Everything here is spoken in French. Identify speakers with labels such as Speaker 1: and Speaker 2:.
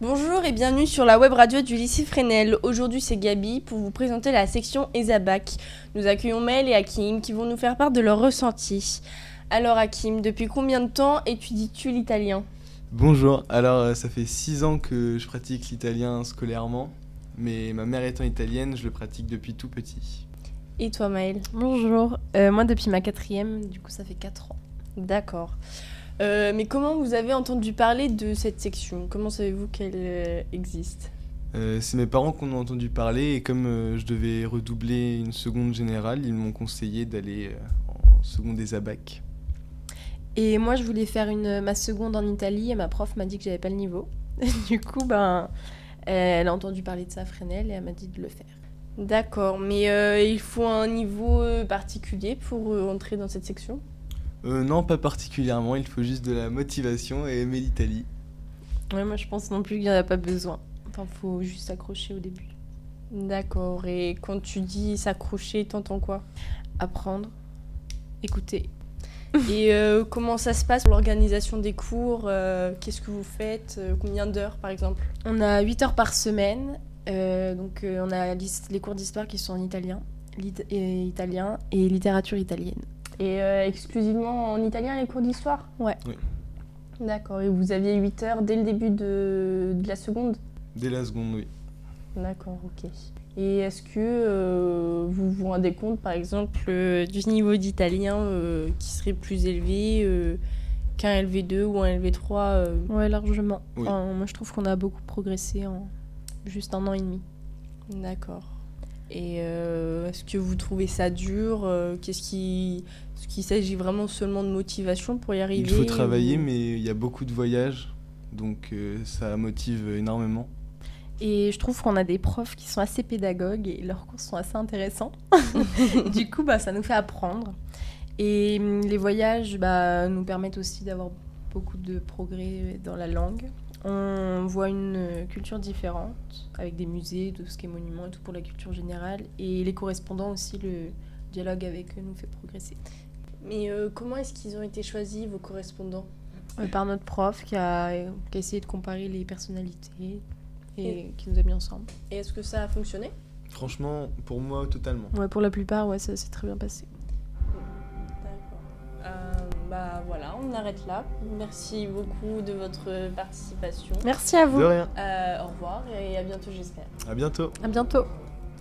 Speaker 1: Bonjour et bienvenue sur la web radio du lycée Fresnel. Aujourd'hui, c'est Gabi pour vous présenter la section ESABAC. Nous accueillons Maël et Hakim qui vont nous faire part de leurs ressentis. Alors, Hakim, depuis combien de temps étudies-tu l'italien
Speaker 2: Bonjour, alors euh, ça fait 6 ans que je pratique l'italien scolairement, mais ma mère étant italienne, je le pratique depuis tout petit.
Speaker 1: Et toi, Maël
Speaker 3: Bonjour, Euh, moi depuis ma quatrième, du coup ça fait 4 ans.
Speaker 1: D'accord. Euh, mais comment vous avez entendu parler de cette section Comment savez-vous qu'elle euh, existe
Speaker 2: Euh, c'est mes parents qu'on a entendu parler et comme euh, je devais redoubler une seconde générale, ils m'ont conseillé d'aller euh, en seconde des abacs.
Speaker 3: Et moi je voulais faire une, ma seconde en Italie et ma prof m'a dit que j'avais pas le niveau. du coup, ben, elle a entendu parler de ça à Fresnel et elle m'a dit de le faire.
Speaker 1: D'accord, mais euh, il faut un niveau euh, particulier pour euh, entrer dans cette section
Speaker 2: Euh, non, pas particulièrement, il faut juste de la motivation et aimer l'Italie.
Speaker 3: Ouais, moi je pense non plus qu'il n'y en a pas besoin. Enfin, faut juste s'accrocher au début.
Speaker 1: D'accord, et quand tu dis s'accrocher, t'entends quoi
Speaker 3: Apprendre, écouter.
Speaker 1: Et euh, comment ça se passe pour l'organisation des cours euh, Qu'est-ce que vous faites euh, Combien d'heures par exemple
Speaker 3: On a 8 heures par semaine, euh, donc euh, on a l'his- les cours d'histoire qui sont en italien, lit- et italien et littérature italienne.
Speaker 1: Et euh, exclusivement en italien les cours d'histoire
Speaker 3: Ouais.
Speaker 2: Oui.
Speaker 1: D'accord, et vous aviez 8 heures dès le début de, de la seconde
Speaker 2: Dès la seconde, oui.
Speaker 1: D'accord, ok. Et est-ce que euh, vous vous rendez compte par exemple euh, du niveau d'italien euh, qui serait plus élevé euh, qu'un LV2 ou un LV3 euh,
Speaker 3: Ouais, largement.
Speaker 2: Oui.
Speaker 3: Enfin, moi, je trouve qu'on a beaucoup progressé en juste un an et demi.
Speaker 1: D'accord. Et euh, est-ce que vous trouvez ça dur euh, Qu'est-ce qui, est-ce qu'il s'agit vraiment seulement de motivation pour y arriver
Speaker 2: Il faut travailler,
Speaker 1: ou-
Speaker 2: mais il y a beaucoup de voyages, donc euh, ça motive énormément.
Speaker 3: Et je trouve qu'on a des profs qui sont assez pédagogues et leurs cours sont assez intéressants. du coup, bah, ça nous fait apprendre. Et hum, les voyages bah, nous permettent aussi d'avoir beaucoup de progrès dans la langue. On voit une euh, culture différente avec des musées, tout ce qui est monuments et tout pour la culture générale. Et les correspondants aussi, le dialogue avec eux nous fait progresser.
Speaker 1: Mais euh, comment est-ce qu'ils ont été choisis vos correspondants
Speaker 3: Euh, par notre prof qui a, qui a essayé de comparer les personnalités et qui nous a mis ensemble.
Speaker 1: Et est-ce que ça a fonctionné
Speaker 2: Franchement, pour moi, totalement.
Speaker 3: Ouais, pour la plupart, ouais, ça s'est très bien passé.
Speaker 1: D'accord. bah voilà, on arrête là. Merci beaucoup de votre participation.
Speaker 3: Merci à
Speaker 2: De
Speaker 3: vous.
Speaker 2: rien,
Speaker 1: au revoir et à bientôt, j'espère.
Speaker 2: à bientôt.
Speaker 3: À bientôt.